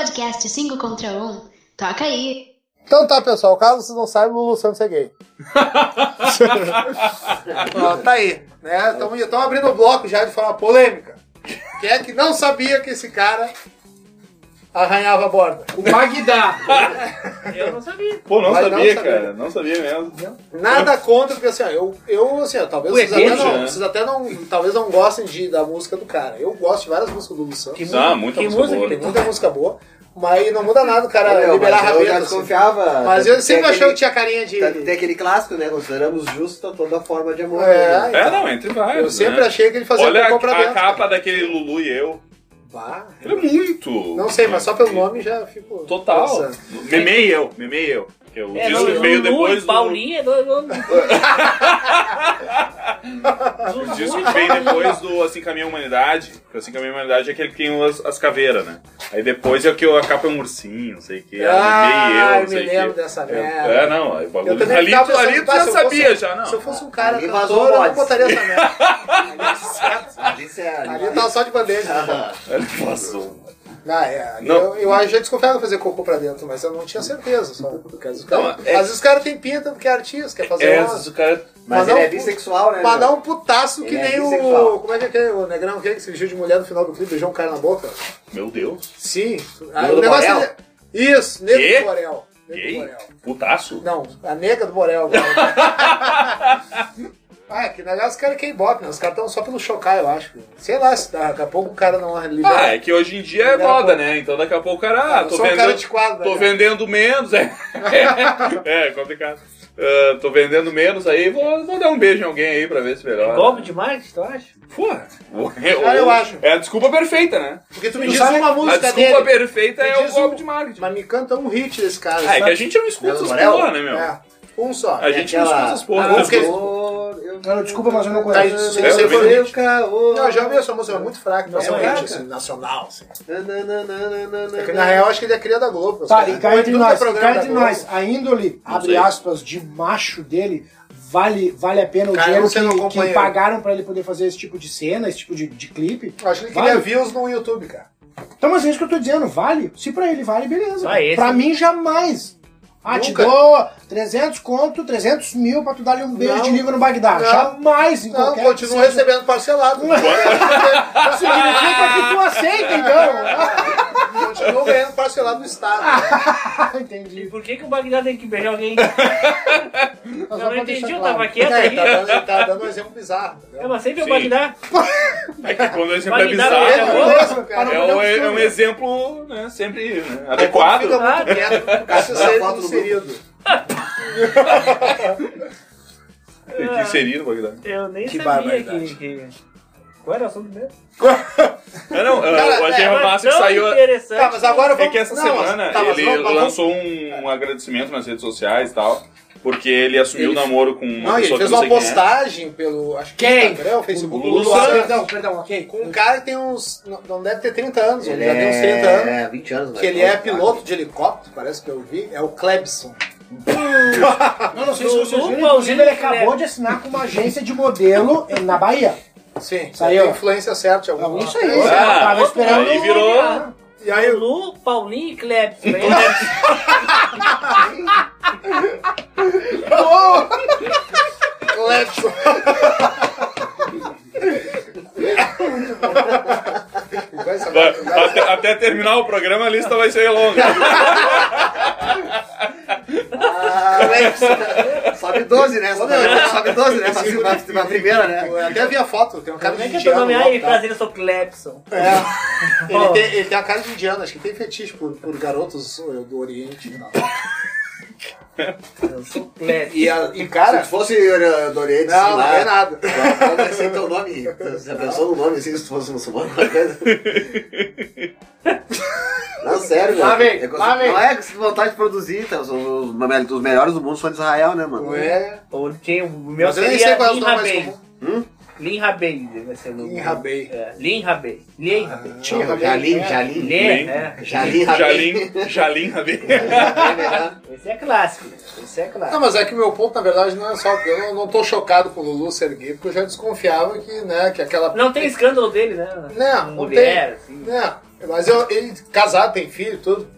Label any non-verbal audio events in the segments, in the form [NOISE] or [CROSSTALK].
Podcast 5 contra 1. Toca aí! Então tá, pessoal. Caso vocês não saibam, o Sam é gay. [LAUGHS] Ó, tá aí. Né? Estamos abrindo o bloco já de forma polêmica. Quem é que não sabia que esse cara arranhava a borda? O Magdá. Eu não sabia. Pô, não Mas não sabia, sabia. cara. Não sabia mesmo. Nada contra, porque assim, ó, eu, eu assim, ó, talvez O vocês até, Edenjo, não, né? vocês até não, talvez não gostem de, da música do cara. Eu gosto de várias músicas do Lu Santos. mu- Ah, muita que música boa. Tem muita música boa, mas não muda nada o cara Não, liberar a mas Eu já rabeta. assim. desconfiava. Mas Tem eu sempre aquele- achei que tinha carinha de... Tem aquele clássico, né? Consideramos justa toda forma de amor. É, né? É, não, entre vários. Eu sempre né? achei que ele fazia Olha cocô pra a, dentro. a capa daquele Lulu e eu. Bah, Ele é muito. Não sei, mas só pelo nome já fico. Total. pensando. Meme e eu. Meme e eu. Que é o É, disco não, que veio Lulu depois. e do- Paulinha, do... [LAUGHS] do- O Lulu disco e que veio Paulinha. depois do Assim Caminha a Humanidade. Porque o Assim Caminha a Humanidade é aquele que tem as, as caveiras, né? Aí depois é o que a capa é um ursinho, não sei o que. Ah, é o eu meme me e eu, não lembro sei o que. dessa merda. É, não, aí Eu o bagulho também ali, ficava tu, pensando, ali tu "Pá, já se eu sabia, fosse- já, não. Se [LAUGHS] eu fosse um cara Ali vazou cantor, eu não bodes. botaria essa [LAUGHS] merda. Ali você é- Ali tá- eu tava só de bandeja. então. Ele passou. Ah, é. ali Não. Eu, eu acho que já desconfiava em fazer cocô pra dentro, mas eu não tinha certeza. Só. Porque às vezes os Não, caras- é- Às vezes os caras têm pinta porque é artista, quer fazer É, uma. o cara. Mas Mas não- ele é bissexual, né? Pra meu? dar um putaço que Ele é nem o. bissexual. Como é que é aquele o negrão que se vestiu de mulher no final do clipe, beijou um cara na boca? Meu Deus. Sim. Ah, Nego o do negócio Borel? é- Isso, nego Quê? do Borel. Nego do Gay? Borel. Putaço? Não, a nega do Borel. [LAUGHS] ah, é que na verdade os caras é K-pop, né? Os caras estão só pelo chocar, eu acho. Sei lá, se dá- daqui a pouco o cara não libera. Ah, é que hoje em dia é Daqui a moda, pouco. né? Então daqui a pouco o cara. Ah, Eu tô sou um cara vendendo. de quadro, Tô né? vendendo menos, é. [LAUGHS] É, complicado. Ah, tô vendendo menos aí, vou, vou dar um beijo em alguém aí pra ver se melhora. Um Golpe de marketing, tu acha? Porra. Ah, eu acho. É a desculpa perfeita, né? Porque tu me Tu diz sabe, uma a música desculpa dele. perfeita Me é o diz golpe um- de marketing. Mas me canta um hit desse cara. Ah, é que sabe? a gente não escuta Meu essas Morel? porra, né, meu? É, um só. A gente não escuta aquela- essas porra. Ah, né? eu esqueci. Amor, eu- Não, desculpa, mas eu não Tá, conheço. isso, se É, você eu for também ver. Meu caô. Não, eu já ouvi essa música, é muito fraca. Não é um fraca. hit assim, nacional. Assim. Nananana. É que, na real, acho que ele é cria da Globo. os Tá, caras. e cá entre Tudo é nós, e programa cá da entre Globo. nós, a índole, abre sei. aspas, de macho dele, vale, vale a pena o Cara, dinheiro você não que, acompanha que ele. pagaram pra ele poder fazer esse tipo de cena, esse tipo de, de clipe? Eu acho que ele queria Vale. views no YouTube, cara. Então, mas é isso que eu tô dizendo, vale? Se pra ele vale, beleza. Ah, esse- pra mim, jamais. Ah, te Nunca. dou 300 conto, 300 mil pra tu dar-lhe um beijo Não. de livro no Bagdá. Não. Jamais, em Não, qualquer continua que seja. recebendo parcelado. é? Assim, Significa que tu aceita, [LAUGHS] então. Continua ganhando parcelado no Estado. Ah, entendi. E por que, que o Bagdá tem que beijar alguém? Mas Eu só não pra entendi, deixar eu claro. tava quieto É, ele, tá aqui. dando, ele tá dando um exemplo bizarro. Eu não sei ver o Sim. Bagdá. É que quando é sempre Vai me dar um avisado, beijo, amor. é, um, é um exemplo, né? Sempre né, adequado. É Fica muito é. quieto, cara se Dá sente foto no inserido. Tem que inserir no bagulho. Eu nem Que sabia barbaridade. que, que... Qual era o assunto mesmo? Ah, não, ah, Cara, eu achei é, a Mas massa que tão saiu. interessante. Tá, mas agora É vamos... que essa não, mas- semana tá, mas ele vamos- vamos- lançou um, um agradecimento nas redes sociais e tal, porque ele assumiu o namoro com uma Não, ele pessoa fez que uma eu não sei quem é. postagem pelo... Acho que Quem? Instagram, o Facebook. O do Lulu Luar, Santos. perdão, perdão, ok. Com um cara que tem uns... Não não deve ter 30 anos, ele Ele já tem uns 30 anos. é 20 anos, né? Que ele é piloto de helicóptero, parece que eu vi. É o Klebson. Não, não sei se vocês Lulu viram, inclusive ele Paulino acabou de assinar com uma agência de modelo eh, na Bahia. Sim, Saiu. tem influência certa. de Então, algum- isso aí, Ah, eu É. tava esperando. aí virou. E aí, o Lu, Paulinho e Klebs. né? Klebson. Vai saber, é. Vai- vai Até, até terminar o programa a lista vai [LAUGHS] ser longa. Ah, [LAUGHS] Sobe 12, né? Sobe, sobe 12, né? Pra- Pra pra primeira, né? Eu até vi a foto, tem uma cara Como é de que é teu indiano. nome? lá, Ah, ele tá? prazer, eu sou Klebson. É. Ó. Ele, tem, ele tem a cara de indiano, acho que tem fetiche por, por garotos eh, do Oriente. e tal. Eu sou Klebson. E, a- e Cara, cara, se fosse eh, do Oriente, sei não, não lá, é nada. Qual [LAUGHS] vai ser teu nome? Você já pensou no nome assim, se tu fosse muçulmano? [LAUGHS] alguma coisa? Não, sério, Lá mano. vem, É com- lá vem. Não é com vontade de produzir, tá? Os, os- os melhores do mundo são de Israel, né, mano? É, Ou tinha o meu mas eu nem sei seria qual é o Lin nome mais Rabei. comum. né? Lin Rabei vai ser o nome. Lin Ah, Rabei. É, Lin Rabei. Lin Rabei. Não, Jalim, Jalim. Lin, é. Jalim, Jalim, Jalim Rabin. né? Esse é clássico. Esse é Não, clássico. mas é que o meu ponto, na verdade, não é só. Eu não, não tô chocado com o Lulu ser gay, porque eu já desconfiava que, né, que aquela. Não tem escândalo dele, né? Não, não Mulher, tem. assim. Não. É, Mas eu, ele casado, tem filho, tudo.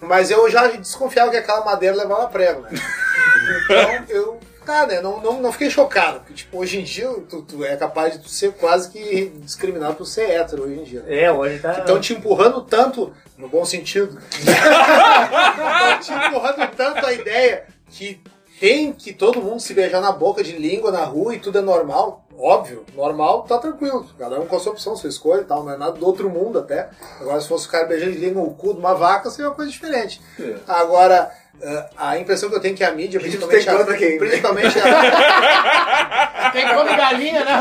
Mas eu já desconfiava que aquela madeira levava prego, né? Então eu, tá, né? Não, não, não fiquei chocado. Porque, tipo, hoje em dia tu, tu é capaz de tu ser quase que discriminado por ser hétero hoje em dia. né? É, hoje tá. Então te empurrando tanto, no bom [LAUGHS] sentido, né? Tão te empurrando tanto a ideia que tem que todo mundo se beijar na boca de língua na rua e tudo é normal. Óbvio, normal tá tranquilo. Cada um com a sua opção, sua escolha e tal. Não é nada do outro mundo até. Agora, se fosse o cara beijando de língua o cu de uma vaca, seria uma coisa diferente. É. Agora, eh, a impressão que eu tenho é que a mídia, gente tem principalmente a, contra quem, né? principalmente [LAUGHS] a, Tem come galinha, né?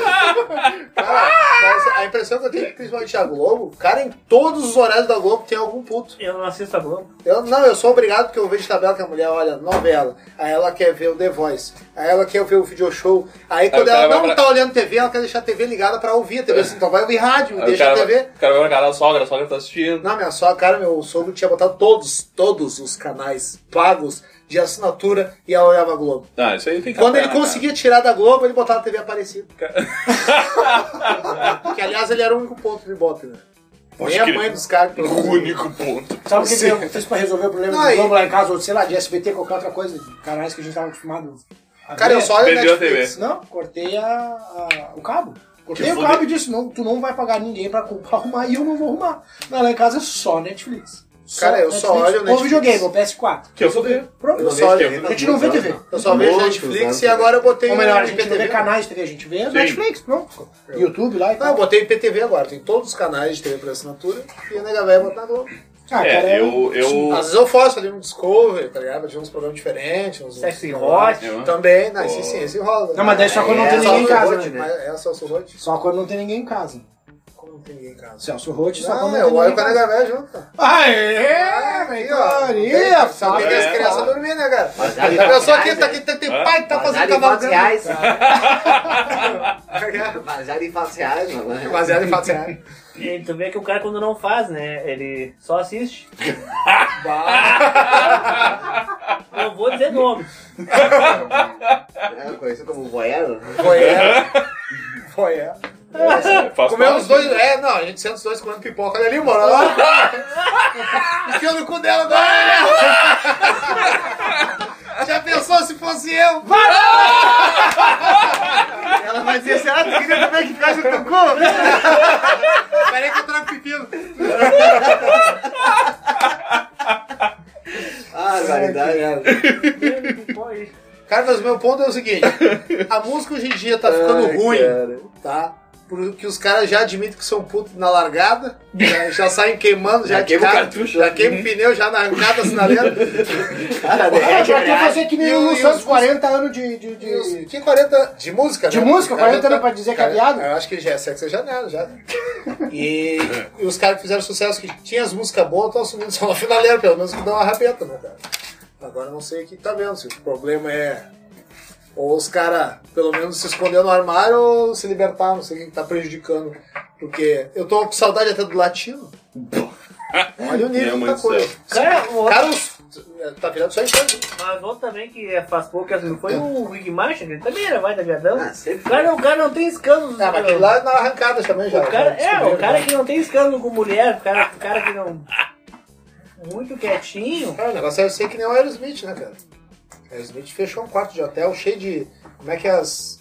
cara, mas a impressão que eu tenho é que principalmente a Globo, cara, em todos os horários da Globo tem algum puto. Eu não assisto a Globo. Eu, não, eu sou obrigado porque eu vejo tabela que a mulher olha novela, aí ela quer ver o The Voice, aí ela quer ver o video show, aí quando o cara ela vai não pra- É. tá olhando TV, ela quer deixar a TV ligada pra ouvir a TV, assim, então vai ouvir rádio, Aí o deixa cara, a TV. o cara vai pra casa da sogra, a sogra tá assistindo. Não, minha só, cara, meu sogro tinha botado todos, todos os canais pagos de assinatura e ela olhava a Globo. Ah, isso aí tem que Quando [LAUGHS] ele apanhar, conseguia tirar da Globo, ele botava a TV aparecida. Porque, aliás, ele era o único ponto de bote, né? Pode Nem a crer. mãe dos caras. cara. O único ponto. Sabe o que que eu fiz pra resolver o problema Aí. do Globo lá em casa, ou sei lá, de SBT, qualquer outra coisa, de canais que a gente tava acostumado a Cara, ver? eu só olho Vendeu a Netflix. Não, cortei a, a- o cabo. Cortei Que o foda. cabo e disse, não, tu não vai pagar ninguém pra, cu- pra arrumar e eu não vou arrumar. Não, lá em casa é só Netflix. Só Cara, eu só olho Ou Netflix. videogame, ou PS4. Que eu fudei. Pronto. Eu não só vejo olho- TV, a gente não vê usando. TV. Eu só vejo Muito Netflix né? usado. e agora eu botei Ou melhor, o a gente não vê IPTV. canais de TV, a gente vê Sim. Netflix, pronto. YouTube lá e Não, um eu tal. botei IPTV agora, tem todos os canais de TV por assinatura e a nega vai botar na Globo. Ah, cara, É, um [LAUGHS] Às eu. [LAUGHS] eu... vezes eu faço ali um Discovery, tá ligado? Pra tirar uns programas diferentes. Uns Sexo e uns- Hot. eu- Também, não, Pô. sim, sim, esse rola. Não, mas daí só quando não tem É, ninguém em Celso casa, Roth, né? né? É Celso Roth. Só quando não tem ninguém em casa. Assim, Como não tem ninguém em casa? Celso Roth, Não, só quando eu não tem olho com ninguém a em casa. É, nega velha junto. Aê, Não Vitória! tem- Só tem que as É. crianças dormir, né, cara? Mas A ali em pessoa Goiás, aqui tá né? aqui, tem tem Hã? pai que tá fazendo Baseado em fatos cavalgando. reais. [LAUGHS] Baseado em fatos reais, mano. Baseado em fatos reais. E tu vê que o cara quando não faz, né? Ele só assiste. Não vou [LAUGHS] dizer nome. É, conhecido como voyeur. Foi ela. Foi ela. Faço Comeu parte. os dois. É, não, a gente senta os dois comendo pipoca ali, mano. [LAUGHS] Ela- Enfiou no cu dela agora! Já pensou se fosse eu? Ela vai dizer, será que tu queria também que ficasse no teu cu? Peraí que eu trago pepino. Ah, variedade. [LAUGHS] Cara, mas o meu ponto é o seguinte: a música hoje em dia tá ficando Ai, ruim, cara. tá? Porque os caras já admitem que são putos na largada, já, já saem queimando, já, Já de queima o cara, cartucho. já queima o pneu, já na arrancada sinaleira. Cara, É, derrete pra que a fazer que nem E o o- Lu e Santos, os- 40 anos de. de, de- E os- Que 40 de música, De né? música? 40 não não pode dizer que é viado? Eu acho que já é sexo é janela, já. E, e os caras que fizeram sucesso, que tinham as músicas boas, estão assumindo só na finaleira, pelo menos que dá uma rabeta, né, cara? Agora eu não sei o que tá vendo, se o problema é. Ou os caras, pelo menos, se esconder no armário ou se libertar, não sei o que que tá prejudicando. Porque eu tô com saudade até do [LAUGHS] latino. Olha o nível Minha mãe da do coisa. céu. Cara, o outro, Cara, os- tá virando só enquanto. mas outro também que é, faz pouco que assumiu foi o Rick Martin, ele também era mais da viadão. Ah, sempre O cara, não- o cara não tem escândalo. Ah, mas aquilo lá é na arrancada também já. O cara, já é, o descobriram, cara né? que não tem escândalo com mulher, o cara, o cara que não. Muito quietinho. Cara, o negócio é eu sei que nem o Aerosmith, né, cara? O Aerosmith fechou um quarto de hotel cheio de. Como é que é as.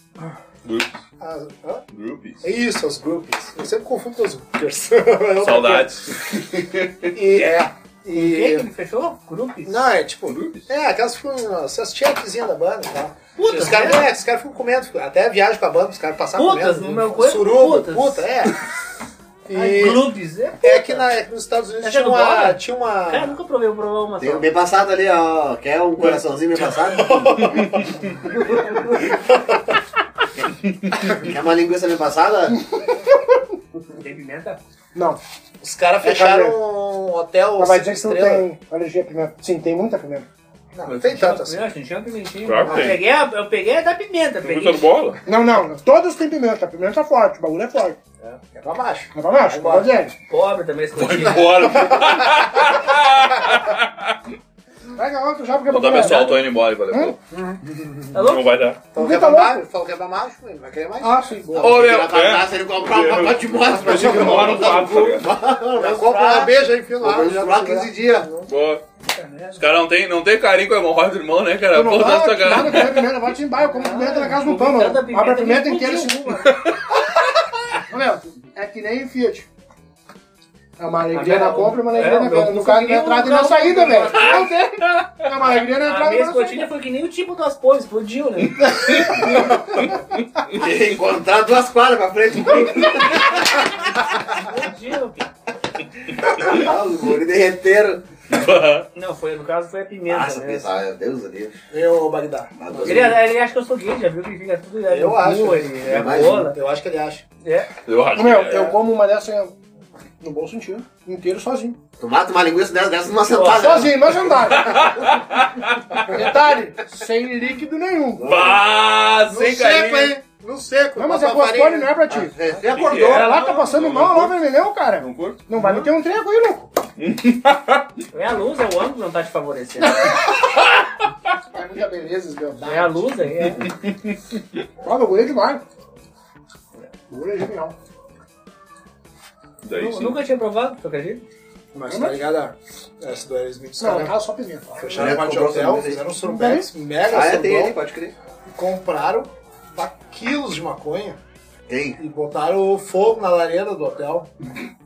Groups. as hã? Groups. É isso, as groupies. Eu sempre confundo com as [LAUGHS] groupers. É outra Saudades. coisa. E é. O que que E. ele fechou? Grupos? Não, é tipo. Groups. É, aquelas ficam. Essas tietezinhas da banda e tal. Putas, os caras né? é, os caras ficam comendo, ficam- até viagem com a banda, os caras passaram Putas, comendo. no meu corpo, Suruba, putas. puta, é. [LAUGHS] Ai, E Grupos, é? é que, na, é que nos Estados Unidos Mas tinha é do uma, Bola? tinha Ah. uma. Cara, nunca provei um programa Tem um só. bem passado ali, ó. Quer um coraçãozinho bem passado? Quer uma linguiça bem passada? um Tem pimenta? Não, Os caras fecharam um hotel. mas vai cinco dizer que tu não estrelas. tem alergia a pimenta. Sim, tem muita pimenta. Não, não tem Tá, tanto assim. Eu acho que tinha uma pimentinha. Claro que Eu tem. peguei a, eu peguei a da pimenta. Groups do Peguei. Tá bola. Não, não, todos têm pimenta. A pimenta é forte, o bagulho é forte. É pra baixo. Não é pra baixo, não Vai pode dizer. Pobre também, escondido. Bora. Pega outro já, porque Então tá, pessoal, tô indo embora, valeu. falou. Alô? Não vai dar. Falou que Ninguém é tá babaca, louco? falou que é babaca, ele vai querer mais. Ah, sim, boa. Ô, meu, Tirar pra é. casa, ele comprar um pacote de moto pra gente. Eu moro no quarto, tá ligado? Já compra uma beija aí, filho. Vamos durar 15 dias. Boa. Os caras não tem, não tem carinho com a hemorroida do irmão, né, cara? Tu não Pô, vai, tá nada sacanagem. que é pimenta, vai te embaio, como pimenta na casa do pão, mano. Tanta Abre a pimenta me inteira assim. e explodiu, segura. mano. Ô, meu, é que nem Fiat. É uma alegria Ah, na não. compra e uma É, alegria na meu, venda. No caso, na conseguiu, entrada e na não. saída, velho. [LAUGHS] Não tem. É uma alegria na A entrada minha e na saída. escotilha foi que nem o tipo do Aspolho, explodiu, né? Encontrar duas quadras pra [LAUGHS] frente. Explodiu. Ah, Os guri derreteram. Não, foi, no caso foi a pimenta, Nossa, né? pesado, meu Deus do céu. Eu, Bagdá. Ele, ele acha que eu sou gay, já viu que fica tudo aí. Eu no acho. cu, né? aí, é a Imagina. bola. Eu acho que ele acha. É. Eu acho. Ô, Meu, que é. eu como uma dessa eu- no bom sentido, inteiro sozinho. Tu mata uma linguiça dessa, dessa numa sentada. né? Sozinho, não jantar. [LAUGHS] Detalhe, sem líquido nenhum. Bah, No sem seco, carinho. hein? No seco. né? Não, mas passa a uma postone não farinha. é pra ti. Ah, Você acordou. é? Ela lá tá passando mal lá, vermelhão, cara. Não curto? Não vai meter um treco aí, louco. É a luz, é o ângulo que não tá te favorecendo. É muita beleza, esbeltar. É a luz aí, [LAUGHS] é. Prova, gurei demais. Gurei é genial. Daí Nu- sim. Nunca tinha provado, tu acredita? Mas tá ligado? ah, Essa do Aerosmith, os Não, caras tá só pimenta. fecharam a Né, parte de comprou hotel, também. fizeram sorbetes, mega Ah, é, tem ele, sorvão, pode crer. compraram pá, quilos de maconha Tem. e botaram o fogo na lareira do hotel.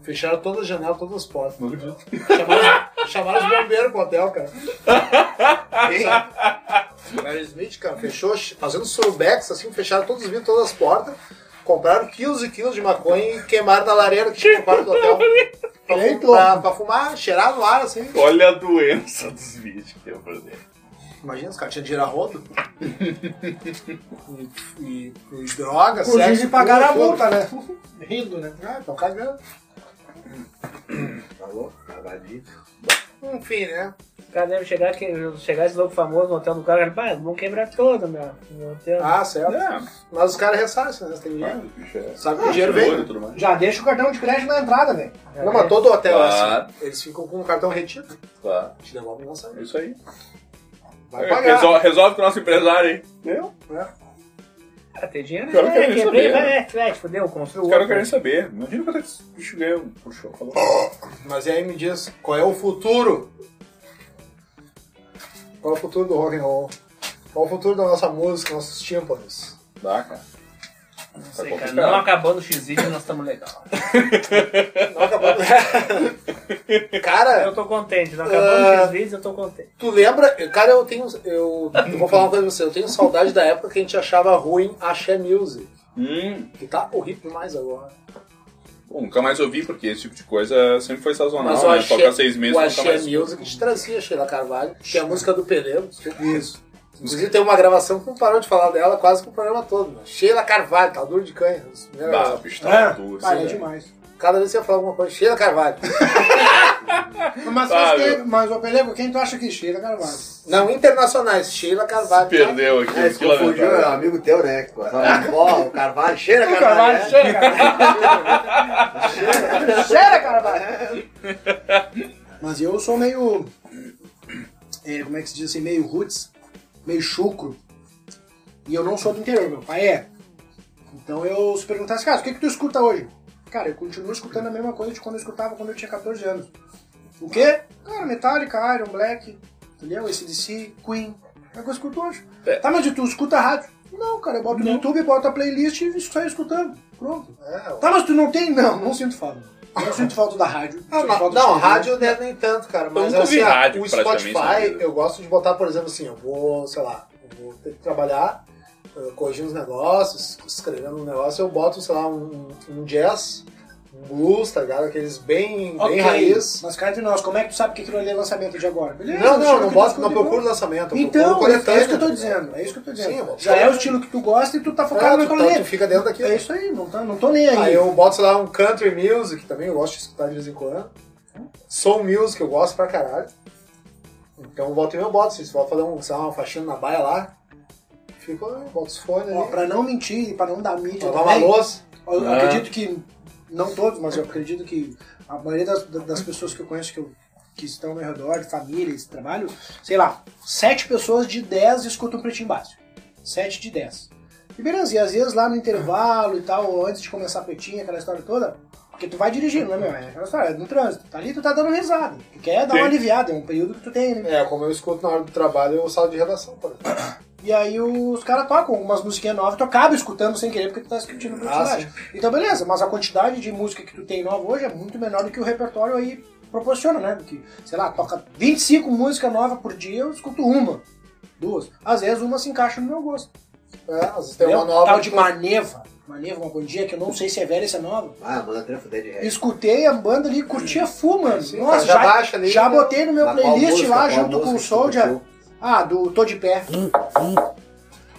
Fecharam todas as janelas, todas as portas. Chamaram, chamaram os bombeiros pro hotel, cara. Ah, Tem. tá. O Aerosmith, cara, fechou, fazendo sorbetes, assim, fecharam todos os vidros, todas as portas. Compraram quilos e quilos de maconha e queimaram na lareira que tinha no quarto do hotel. Pra, [LAUGHS] Eita. fum- pra, pra fumar, cheirar no ar, assim. Olha a doença dos vídeos que eu fazer. Imagina, os caras tinham dinheiro a rodo. e, e, e droga, Inclusive sexo, pagaram a tudo, multa, né? tudo. Rindo, né? Ah, tão cagando. Falou? Cagadinho. Enfim, né? O cara deve chegar, que, chegar esse louco famoso no hotel do cara, pá, vão quebrar todo, meu. meu hotel. Ah, certo. É, Mas os caras ressarcem, né? Tem dinheiro. o bicho é. Sabe que o dinheiro vem. Tudo mais. Já deixa o cartão de crédito na entrada, velho. Não, mas todo hotel é Claro. assim. Eles ficam com o cartão retido. Tá. Te devolve o lançamento. É isso aí. Vai É, pagar. resol- resolve com o nosso empresário, hein? Eu? Ah, tem dinheiro? Claro que eu é, nem quebrei, sabia. né? vai, é, vai, te fudeu, construiu Os outro. caras querem saber. Imagina quanto é que esse bicho ganha por show. Falou. Mas aí me diz, qual é o futuro? Qual é o futuro do rock and roll? Qual é o futuro da nossa música, nossos tímpanos? Dá, cara. Não sei, Tá cara, complicado. não acabando o x nós estamos legal. Não acabou. Cara, [LAUGHS] Eu tô contente, não Ah. acabando o x eu tô contente. Tu lembra? Cara, eu tenho. Eu, eu vou falar uma coisa pra você. Eu tenho saudade da época que a gente achava ruim Axé Music. Hum. Que tá horrível mais agora. Bom, nunca mais ouvi, porque esse tipo de coisa sempre foi sazonal, Mas o né? Axé- Tocar seis meses, o nunca Axé mais. Music te trazia Sheila Carvalho, que é a música do Pelé. Isso. Inclusive tem uma gravação que não parou de falar dela quase que o programa todo. Né? Sheila Carvalho, tá duro de canha. Primeira Bah, o vez. bicho tá É, duro, pá, é assim, né? demais. Cada vez que você fala alguma coisa, Sheila Carvalho. Mas, Ah, faz meu. que, mas ô Pelego, quem tu acha que cheira, Carvalho? Não, internacionais, Sheila Carvalho. Perdeu aqui. É, se que confundiu, lamentável. é um amigo teu, né? Que passava ó, o Carvalho, cheira Carvalho. né? cheira, Carvalho. cheira, Carvalho. Mas eu sou meio. é, como é que se diz assim? Meio roots, meio chucro. E eu não sou do interior, meu pai é. Então eu se perguntasse, cara, o que, que tu escuta hoje? Cara, eu continuo escutando a mesma coisa de quando eu escutava quando eu tinha 14 anos. O quê? Cara, Metallica, Iron Black, entendeu? ACDC, Queen. É o que eu escuto hoje. É. Tá, mas e tu escuta rádio? Não, cara, eu boto no YouTube, boto a playlist e saio escutando. Pronto. É, o- Tá, mas tu não tem? Não, não sinto falta. Não sinto falta da rádio. Ah, sinto não, falta de não, TV. rádio né, nem tanto, cara. Mas nunca vi assim, ah, rádio, o praticamente, na Spotify, vida. eu gosto de botar, por exemplo, assim, eu vou, sei lá, eu vou ter que trabalhar, eh, corrigindo os negócios, escrevendo um negócio, eu boto, sei lá, um, um jazz, um blues, tá ligado? Aqueles bem, é Ok, bem raiz. Mas cara de nós, como é que tu sabe que aquilo ali é lançamento de agora? Beleza, Não, deixa não, não que boto, tu não escuta procuro de novo. lançamento. eu Então, procuro é isso que eu tô coletânea. dizendo. É isso que eu tô dizendo. Sim, eu Já boto- é o estilo que tu gosta e tu tá É, focado tu, naquilo tá, ali. tu fica dentro É daquilo. isso aí, não, tá, não tô nem aí. Aí eu boto, sei lá, um country music também, eu gosto de escutar de vez em quando. Soul music eu gosto pra caralho. Então eu boto e meio eu boto. Se você for fazer um, sei lá, uma faxina na baia lá, fico, eu boto os fones Ó, ali. pra não mentir e pra não dar mídia Lavar uma também, louça. Eu eu Ah. acredito que, não todos, mas eu acredito que a maioria das, das pessoas que eu conheço que eu que estão ao meu redor, de família, esse trabalho, sei lá, sete pessoas de 10 escutam o pretinho básico. Sete de 10. E beleza, e às vezes lá no intervalo e tal, ou antes de começar a pretinha, aquela história toda, porque tu vai dirigindo, né, meu? É aquela história, no trânsito. Tá ali, tu tá dando risada. Tu quer dar Sim. uma aliviada, é um período que tu tem, né? É, como eu escuto na hora do trabalho, eu salto de redação, por exemplo. E aí os caras tocam algumas musiquinhas novas, tu acaba escutando sem querer porque tu tá escutando a quantidade. então beleza, mas a quantidade de música que tu tem nova hoje é muito menor do que o repertório aí proporciona, né? Que, sei lá, toca 25 músicas novas por dia, eu escuto uma, duas. Às vezes uma se encaixa no meu gosto. É, às vezes tem uma entendeu? nova. Tal de Marneva, Marneva, uma bandinha que eu não sei se é velha ou se é nova. Ah, manda até fuder de resto. Escutei a banda ali, curtia full, mano. Sim, cara, assim, Nossa, já baixa ali, já né? botei no é meu Mas qual playlist música, lá qual junto com música o que tu Soldier. curtiu? Ah, do Tô de Pé. hum.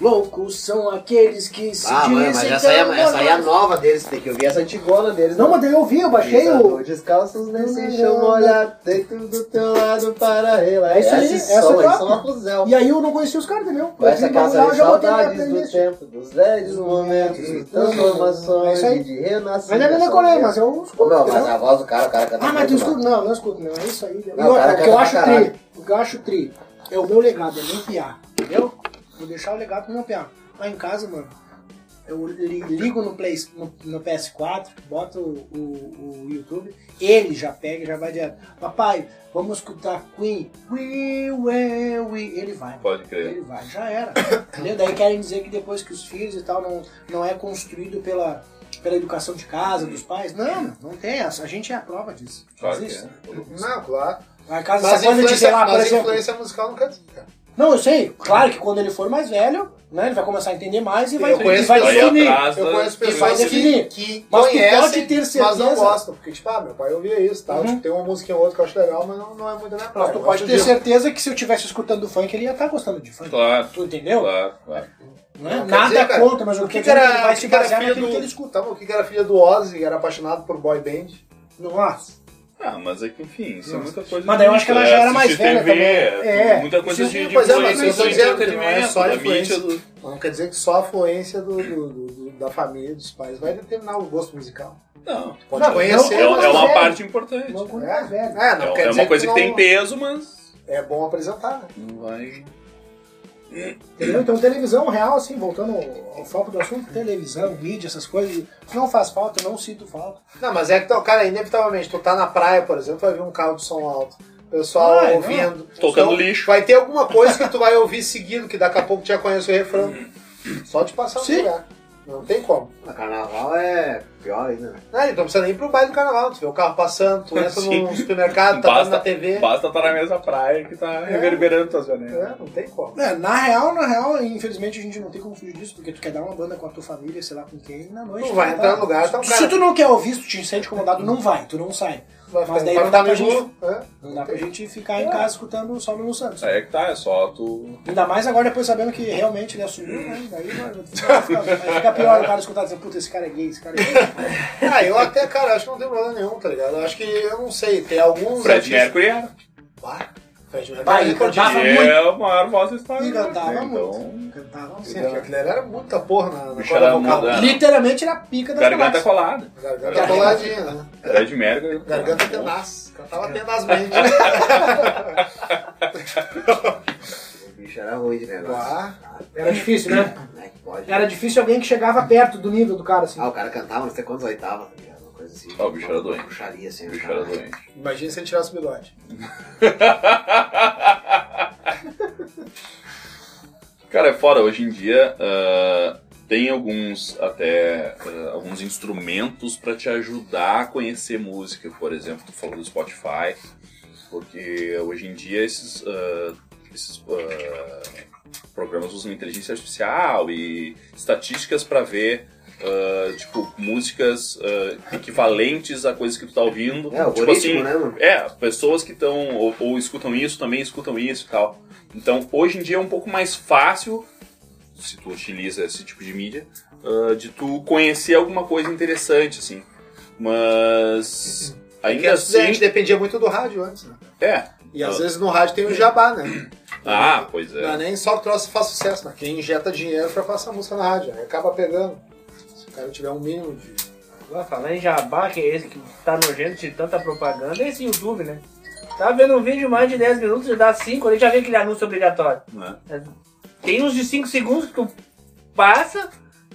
Loucos são aqueles que se Ah, mano, mas dizem essa aí, é, tão essa aí é a modernos. nova deles, tem que ouvir essa antigona deles. Não, mas daí eu vi, eu baixei o. Descalços Não, nesse não, chão não. molhado, dentro do teu lado para relar. É isso aí, Esse essa som, é eles top. são uma fusão. E aí eu não conhecia os caras, entendeu? Com essa Eu vi, vamos lá, caça eu de já botei na saudades do playlist. Hum, tempo, dos velhos momentos, de É isso transformações, aí. e de renascimento. Mas não é nem decorei, mas eu Ô, escuto. meu, mas entendeu? a voz do cara, o cara canta Ah, mas tu muito, escuta? mano. Não, não escuto, não. É isso aí. E Não, o outra, cara o que eu canta acho pra caralho. tri, o que eu acho tri é o meu legado, é não piar, entendeu? Vou deixar o legado pro meu piar. Lá em casa, mano, eu li- ligo no, Play, no, no PS4, boto o, o- o YouTube, ele já pega e já vai direto. Papai, vamos escutar Queen. We, we, we. Ele vai. mano. Pode crer. Ele vai, já era. Entendeu? Daí querem dizer que depois que os filhos e tal não, não é construído pela, pela educação de casa, dos pais. Não, não tem essa. A gente é a prova disso. Claro que Existe. é. Não, claro. A casa Mas essa coisa de, sei influência, lá, por mas exemplo. influência musical não quer dizer, cara. Não, eu sei. Claro que quando ele for mais velho, né, ele vai começar a entender mais e vai, Eu e conheço vai isso aí definir. atrás. Mas Eu conheço que vai pessoas que, definir. que Mas tu conhecem, pode ter mas não certeza- gostam. Porque, tipo, ah, meu pai ouvia isso, tá? Uhum. Tipo, tem uma musiquinha ou outra que eu acho legal, mas não, não é muito da minha Mas praia. tu Eu pode acho ter de- certeza que se eu estivesse escutando funk, ele ia estar gostando de funk. Claro, Tu entendeu? claro, claro. Não é Não, quer Nada dizer, cara, contra, mas O eu que, quero que dizer que ele era, vai o se que que era basear filha naquilo que ele do... escuta. Tá, bom, o que que era filha do Ozzy, era apaixonado por boy band. Nossa. Ah, mas é que, enfim, isso é muita coisa. Mas daí eu acho que ela já era mais assistir velha TV, também. é, É. Muita coisa Sim, de, de pois é, mas influência né? eu tô do dizendo que não é entretenimento, só da influência. mídia, do- Não quer dizer que só a influência do, do- do- do- da família, dos pais, vai determinar o gosto musical. Não, Pode Não, é, conhecer, é mas- uma velho. parte importante. Não, quando mais É, velho. é, não É, quer é dizer uma coisa que, não- tem peso, mas É bom apresentar, né? não vai... Entendeu? Então televisão real, assim, voltando ao ao foco do assunto, televisão, mídia, essas coisas, não faz falta, não sinto falta. Não, mas é que, tá- cara, inevitavelmente, tu tá na praia, por exemplo, vai vir um carro de som alto. Pessoal Vai, ouvindo. Então, Tocando lixo. Vai ter alguma coisa que tu vai ouvir seguido, que daqui a pouco tu já conhece o refrão. Só de passar no Sim. lugar. Não tem como. Ah, Carnaval é pior ainda, né? Não, então precisa nem ir pro baile do carnaval. Tu vê o carro passando, tu entra Sim. num supermercado, tá vendo na É. TV. Basta estar na mesma praia que tá reverberando tuas janelas. É, não tem como. É, na real, na real, infelizmente a gente não tem como fugir disso, porque tu quer dar uma banda com a tua família, sei lá com quem, na noite. Tu vai entrar no lugar, tá um Se cara. tu não quer ouvir, se tu te sente incomodado, não vai, tu não sai. Vai Mas ficar- daí vai não dá ficar pra no gente. Google, né? Não dá pra gente ficar É. em casa escutando só Lulu Santos. Aí é que tá, é só tu. Ainda mais agora depois sabendo que realmente ele assumiu, né? Daí vai, vai ficar, vai ficar pior o cara escutar dizendo, puta, esse cara é gay, esse cara é [LAUGHS] gay. Ah, eu até, cara, acho que não tem problema nenhum, tá ligado? Eu acho que, eu não sei, tem alguns. Fred artistas- Mercury era. Bah, Fred Mercury. Vai, é recordista. cantava E é a maior voz histórica. E cantava Então, Cantava Sim, aquilo era muita porra na, na Bicho, era corda vocal. muda. Literalmente era a pica da garganta colada. Garganta coladinha, né? Fred Mercury. Garganta tenaz. Cantava tenazmente. O bicho era ruim de negócio. Lá. Era difícil, né? Como é que pode? Era difícil alguém que chegava perto do nível do cara, assim. Ah, o cara cantava não sei quantas oitavas, tá ligado? Uma coisa assim. Ah, o bicho era doente. Puxaria assim. O o bicho cara. era doente. Imagina se ele tirasse o bigode. [LAUGHS] Cara, é fora. Hoje em dia ah, tem alguns até ah, alguns instrumentos pra te ajudar a conhecer música. Por exemplo, tu falou do Spotify, porque hoje em dia esses, ah, esses, ah, programas usam inteligência artificial e estatísticas pra ver. ah, tipo, músicas ah, equivalentes a coisas que tu tá ouvindo. É, tipo algoritmo, assim, né, mano? É, pessoas que estão ou, ou escutam isso também escutam isso e tal. Então, hoje em dia é um pouco mais fácil, se tu utiliza esse tipo de mídia, ah, de tu conhecer alguma coisa interessante, assim. É Mas ainda a gente assim, dependia muito do rádio antes, né? é. E às Ah. vezes no rádio tem o jabá, né? Ah, pois Não é é. nem só o troço que faz sucesso, né? Quem injeta dinheiro pra passar música na rádio. Aí acaba pegando. Se o cara tiver um mínimo de. Agora falando em jabá, que é esse que tá nojento de tanta propaganda, é esse YouTube, né? Tava vendo um vídeo mais de 10 minutos, já dá 5, ali já vem aquele é anúncio obrigatório. Né? Tem uns de 5 segundos que tu passa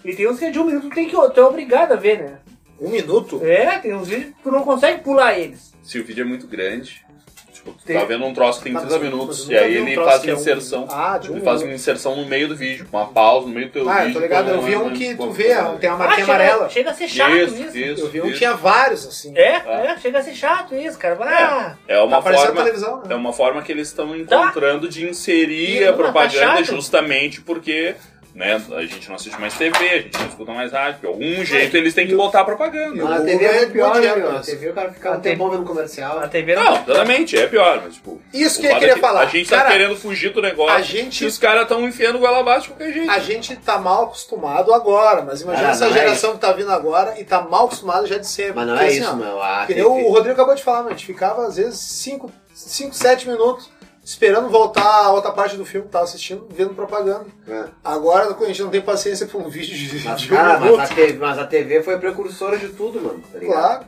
e tem uns que é de 1 um minuto que tem que tu é obrigado a ver, né? Um minuto? É, tem uns vídeos que tu não consegue pular eles. Se o vídeo é muito grande, tipo, tu Tem- tá vendo um troço que tem Mas 30 eu- mas minutos, eu e nunca aí vi um ele troço faz que uma é um- inserção. Ah, de um Ele faz uma minuto. inserção no meio do vídeo, uma pausa no meio do teu Ah, vídeo. é eu tô ligado. Eu quando- vi um que tu quando- vê, ó, tem a marquinha Ah, chega, amarela. chega a ser chato isso. Isso, isso. Ah. Eu vi um isso. que tinha vários, assim. É, é, chega a ser chato isso, cara. Ah, É Tá uma aparecendo forma. na televisão, né? É uma forma que eles estão encontrando de inserir Ih, a tá propaganda chato. justamente porque né, a gente não assiste mais TV, a gente não escuta mais rádio. De É. algum jeito eles têm que botar a propaganda. A Google TV é é muito pior, né, mundial, meu? né? A TV o cara fica A um tempão vendo comercial. A TV não. Ah. Não, exatamente, é pior, mas tipo. Isso o que eu fato queria é falar. A gente Cara, tá querendo fugir do negócio. a gente- E os caras estão enfiando goela abaixo de qualquer jeito. A gente tá mal acostumado agora, mas imagina Ah, essa não é geração que tá vindo agora e tá mal acostumado já de sempre. Mas não Porque, é assim, isso, ó, meu. A que nem TV. o Rodrigo acabou de falar, mano, a gente ficava às vezes 5, 7 minutos esperando voltar a outra parte do filme que tava assistindo, vendo propaganda. É. Agora a gente não tem paciência pra um [LAUGHS] vídeo de, Mas, de um cara, mas tá minuto. a, TV, mas a TV foi precursora de tudo, mano. Tá ligado? Claro.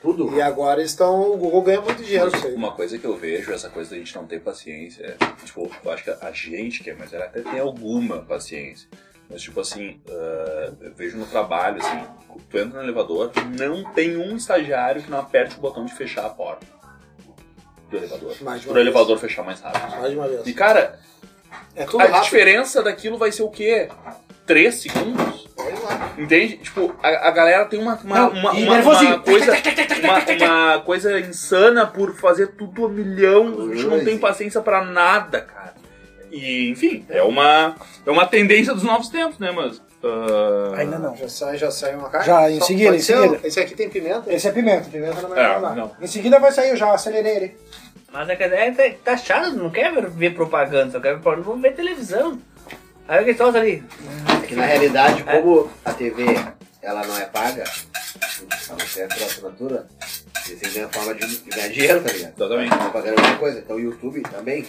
Tudo. E agora estão. O Google ganha muito dinheiro com isso aí. Uma coisa que eu vejo, essa coisa da gente não ter paciência, é, tipo, eu acho que a gente quer, mas ela até tem alguma paciência. Mas, tipo assim, ah, eu vejo no trabalho, assim, tu entra no elevador, não tem um estagiário que não aperte o botão de fechar a porta do elevador. Mais de uma Pro vez. elevador fechar mais rápido. Mais de uma vez. E, cara, É tudo a rápido. diferença daquilo vai ser o quê? Três segundos? Olha lá. Entende? Tipo, a, a galera tem uma, uma, Não, uma, e uma- nervosinho. uma coisa, uma, uma coisa insana por fazer tudo a milhão. A gente não tem paciência pra nada, cara. E, enfim, é uma, é uma tendência dos novos tempos, né? Mas. ah, Ainda não. Já sai, já sai uma carne? Já, em Só- seguida, pode em ser? seguida. Esse aqui tem pimenta? Esse é pimenta, pimenta não vai É, falar. não. Em seguida vai sair, eu já acelerei ele. Mas é, que- é, tá- tá chato, não quer ver, ver propaganda, só quer ver propaganda, vamos ver televisão. Aí o que solta ali? É que na realidade, como a TV ela não é paga, a não ser pela assinatura, você tem a forma de de ganhar dinheiro, tá ligado? Então, Exatamente. Pra fazer alguma coisa. Então o YouTube também.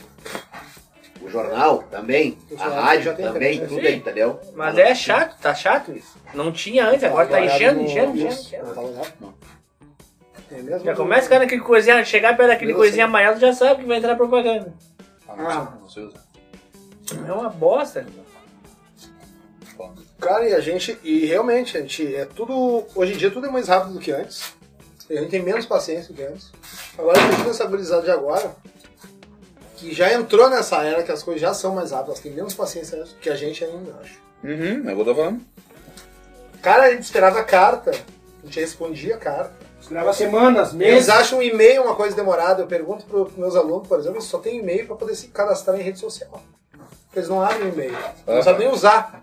O jornal também, O a jornal rádio já tem também, internet, tudo né? aí, entendeu? Mas é chato, tá chato isso. Não tinha antes, agora tá é enchendo, enchendo, enchendo, enchendo. Não tá olhando, não. É mesmo? Já começa o cara naquele coisinha, chegar perto daquele Eu coisinha amarelo, já sabe que vai entrar propaganda. Ah. não sei usar. É uma bosta. Cara, e a gente, e realmente, a gente é tudo. Hoje em dia tudo é mais rápido do que antes. E a gente tem menos paciência do que antes. Agora imagina essa gurizada de agora, que já entrou nessa era que as coisas já são mais rápidas, elas têm menos paciência que a gente ainda, eu acho. Uhum, é o que eu tô falando. Cara, a gente esperava carta, a gente respondia carta. Esperava semanas, Eles meses. acham e-mail uma coisa demorada. Eu pergunto para os meus alunos, por exemplo, eles só têm e-mail para poder se cadastrar em rede social. Eles não abrem e-mail. Não Aham. sabem nem usar.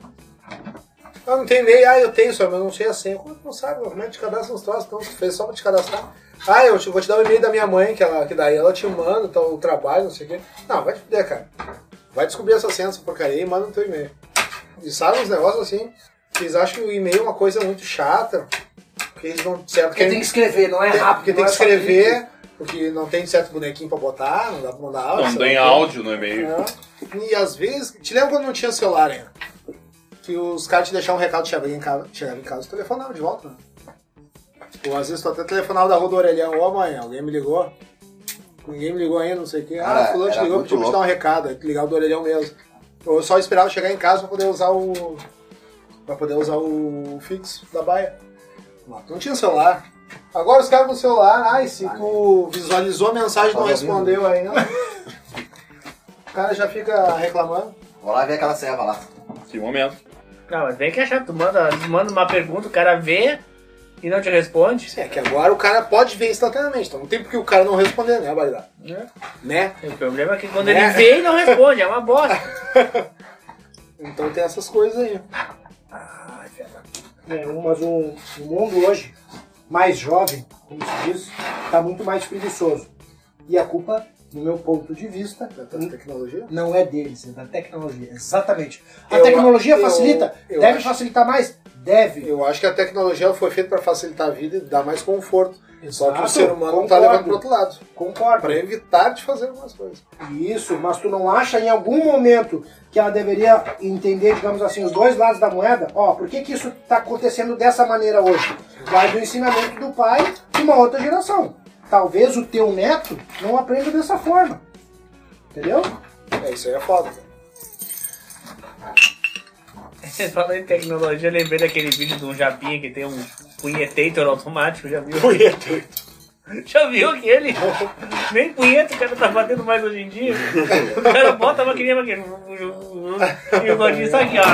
Ah, não tem e-mail. Ah, eu tenho só, mas eu não sei a senha. Como é que não sabe? Como é que te cadastra uns troços? Então, tu fez só para te cadastrar. Ah, eu te- vou te dar o e-mail da minha mãe, que, ela, que daí ela te manda tá, o trabalho, não sei o quê. Não, vai te fuder, cara. Vai descobrir essa senha, essa porcaria e manda no teu e-mail. E sabe uns negócios assim? que Eles acham o e-mail uma coisa muito chata. Porque eles não... Certo, Porque tem que escrever, não é tem- rápido. porque tem não que é só escrever, porque não tem certo bonequinho pra botar, não dá pra mandar áudio. Não sei lá tem o quê. áudio no e-mail. É. E às vezes, te lembra quando não tinha celular ainda? Que os caras te deixavam um recado, chegava em casa, chegava em casa, telefonava de volta. Né? Ou às vezes tu até telefonava da rua do Orelhão, ó mãe, alguém me ligou. Ninguém me ligou ainda, não sei o quê. Ah, Era- fulano te era ligou, muito pediu pra te dar um recado, aí tu ligava do Orelhão mesmo. Ou eu só esperava chegar em casa pra poder usar o... pra poder usar o fixo da baia. Mas Não tinha celular. Agora os caras com celular, ai, se tu visualizou a mensagem e não Fala alguém, respondeu ainda... O cara já fica reclamando. Vou lá ver aquela serva lá. Que momento. Não, mas vem que é chato. Tu manda, tu manda uma pergunta, o cara vê e não te responde. Sim, é que agora o cara pode ver instantaneamente, então não tem porque o cara não responder, né, Baridá? Né? O problema é que quando É. ele vê, ele não responde. É uma bosta. [LAUGHS] Então tem essas coisas aí. É, um- mas o, o mundo hoje, mais jovem, como se diz, está muito mais preguiçoso. E a culpa, no meu ponto de vista, Da t- tecnologia. não é deles, é da tecnologia. Exatamente. A Eu tecnologia a- eu- facilita? eu deve acho. facilitar mais? Deve. Eu acho que a tecnologia ela foi feita para facilitar a vida e dar mais conforto. Só que o Exato, ser humano não tá concordo. levando pro outro lado. Concordo. Pra evitar de fazer algumas coisas. Isso, mas tu não acha em algum momento que ela deveria entender, digamos assim, os dois lados da moeda? Ó, por que, que isso tá está acontecendo dessa maneira hoje? Vai do ensinamento do pai de uma outra geração. talvez o teu neto não aprenda dessa forma. Entendeu? É, isso aí é foda. cara. Falando em tecnologia, eu lembrei daquele vídeo de um japinha que tem um punhetator automático, já viu? Punheta. [LAUGHS] Já viu aquele? [LAUGHS] Nem punheta o cara tá batendo mais hoje em dia. O cara bota a maquininha pra quê? E o gordinho sai aqui, ó.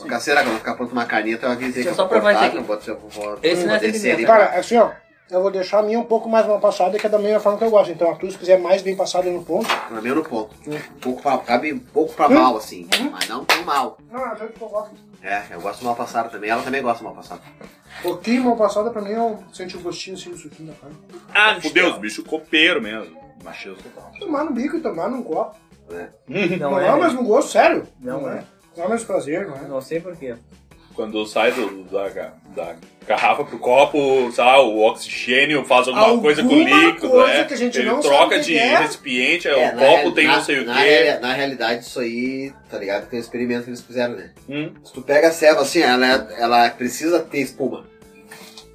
[LAUGHS] Ficar, será que eu vou ficar pronto uma caneta? Eu avisei Deixa que só eu vou provar cortar, isso que eu aqui. vou, eu vou, vou Esse não é descer esse ali. Cara, assim, ó. Eu vou deixar a minha um pouco mais mal passada, que é da mesma forma que eu gosto. Então, a tua, se quiser mais bem passada no ponto. Pra mim eu não ponto. Um pouco pra, cabe um pouco pra mal, assim. Mas não tão mal. Não, é tanto que eu gosto. É, eu gosto de mal passado também. Ela também gosta de mal passado. Um pouquinho mal passada pra mim, eu sente o gostinho assim do suquinho da carne. Ah, Fudeu, é. os bichos copeiro mesmo. Machismo total. Tomar no bico e tomar num copo. Não, Não é o é, mesmo gosto, sério. Não é. Não é o mesmo prazer, [LAUGHS] não é? não sei porquê. Quando sai do, da, da garrafa pro copo, sei lá, o oxigênio faz alguma Alguma coisa com o líquido, coisa né? que a gente Ele não sabe troca o que de é. recipiente, aí o É, na copo reali- tem na- não sei o na quê. reali- na realidade, isso aí, tá ligado? Tem um experimento que eles fizeram, né? Hum. Se tu pega a ceva assim, ela, é- ela precisa ter espuma.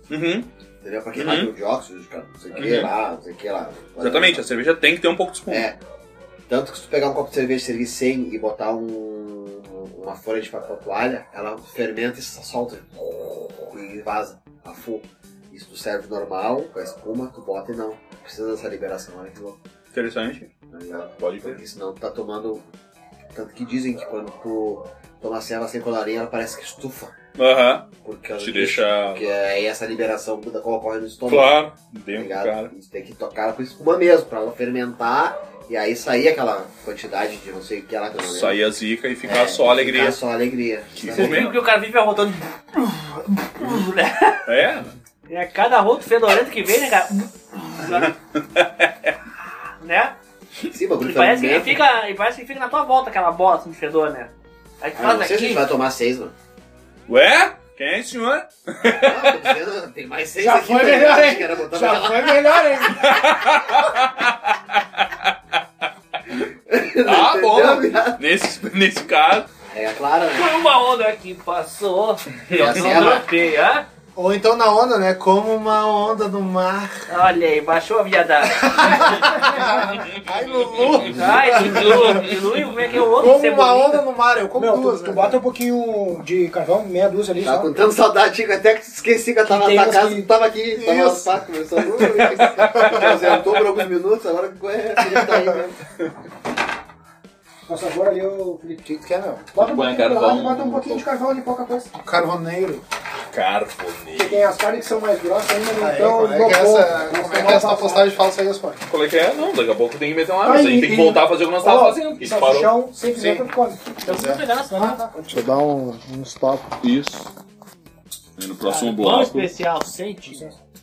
Uhum. Entendeu? Pra Uhum. queimar o dióxido, cara, não sei o que Uhum. lá, não sei o que lá. Exatamente, a cerveja tem que ter um pouco de espuma. É. Tanto que se tu pegar um copo de cerveja servir sem e botar um, uma folha de papel toalha, ela fermenta e só solta. E vaza a full. Isso tu serve normal, com a espuma, tu bota e não. Precisa dessa liberação, olha que louco. Interessante. tá ligado? Pode crer. Porque senão tu tá tomando. Tanto que dizem que quando tu toma ceva sem colarinho, ela parece que estufa. Aham. Porque ela Te deixa. Porque Então, é essa liberação da qual ocorre no estômago. Claro, tá dentro do ligado? cara. Isso tem que tocar com espuma mesmo, pra ela fermentar e aí sair aquela quantidade de não sei o que ela ganhou. Sair a zica e É, ficar só alegria. Só alegria. Que Vocês viram que o cara vive arrotando. É? É cada roto fedorento que vem, né, [LAUGHS] cara? né? Sim, bagulho um E parece, que fermenta. fica, e parece que fica na tua volta aquela bola assim, de fedor, né? Aí tu Ah, faz não sei se a aqui. gente vai tomar [LAUGHS] seis, mano. Ué? Quem é esse senhor? Ah, tô dizendo, tem mais seis Já aqui. foi tá né? melhor, ligado? hein? Acho que era botar pra Já lá. foi melhor, hein? Ah, bom. [LAUGHS] Entendeu, viado? Nesse, nesse caso. É a Clara, né? Foi uma onda que [LAUGHS] passou. Eu assim, não ela- dropei, hã? Ou então na onda, né? Como uma onda no mar. Olha aí, baixou a viadagem. Ai, Lulu. Ai, Dudu, dilui, como é que é o outro? Como uma Cebolinha. onda no mar. Eu como Meu, tu, duas, tu né? bota um pouquinho de carvão, meia dúzia ali, Tá Tava só. com tanta saudade, Chico, até que esqueci que eu tava na Que tem tua uns casa, que- não tava aqui, tava Isso. lá pá, conversando. [LAUGHS] Ausentou por um alguns minutos, agora é, ele tá aí mesmo. Nossa, agora ali eu. Felipe, O que tu quer, meu? Bota um Põe pouquinho de carvão. lado, bota um pouquinho de carvão ali, pouca coisa. Carvoneiro. Porque Carboneiro. tem as carnes que são mais grossas ainda, Aí, então como é que essa, como é que essa postagem fala isso aí, Osmar? Qual é que é? Não, daqui a pouco tem que meter uma. Ah, Mas a gente e- tem que e- voltar a fazer o que nós tava Tá fazendo. porque a gente parou. Salsichão, sem pimenta, tu come. Eu preciso pegar na sua. Deixa eu dar um, um stop. Isso. E no próximo Pão bloco. especial, sente.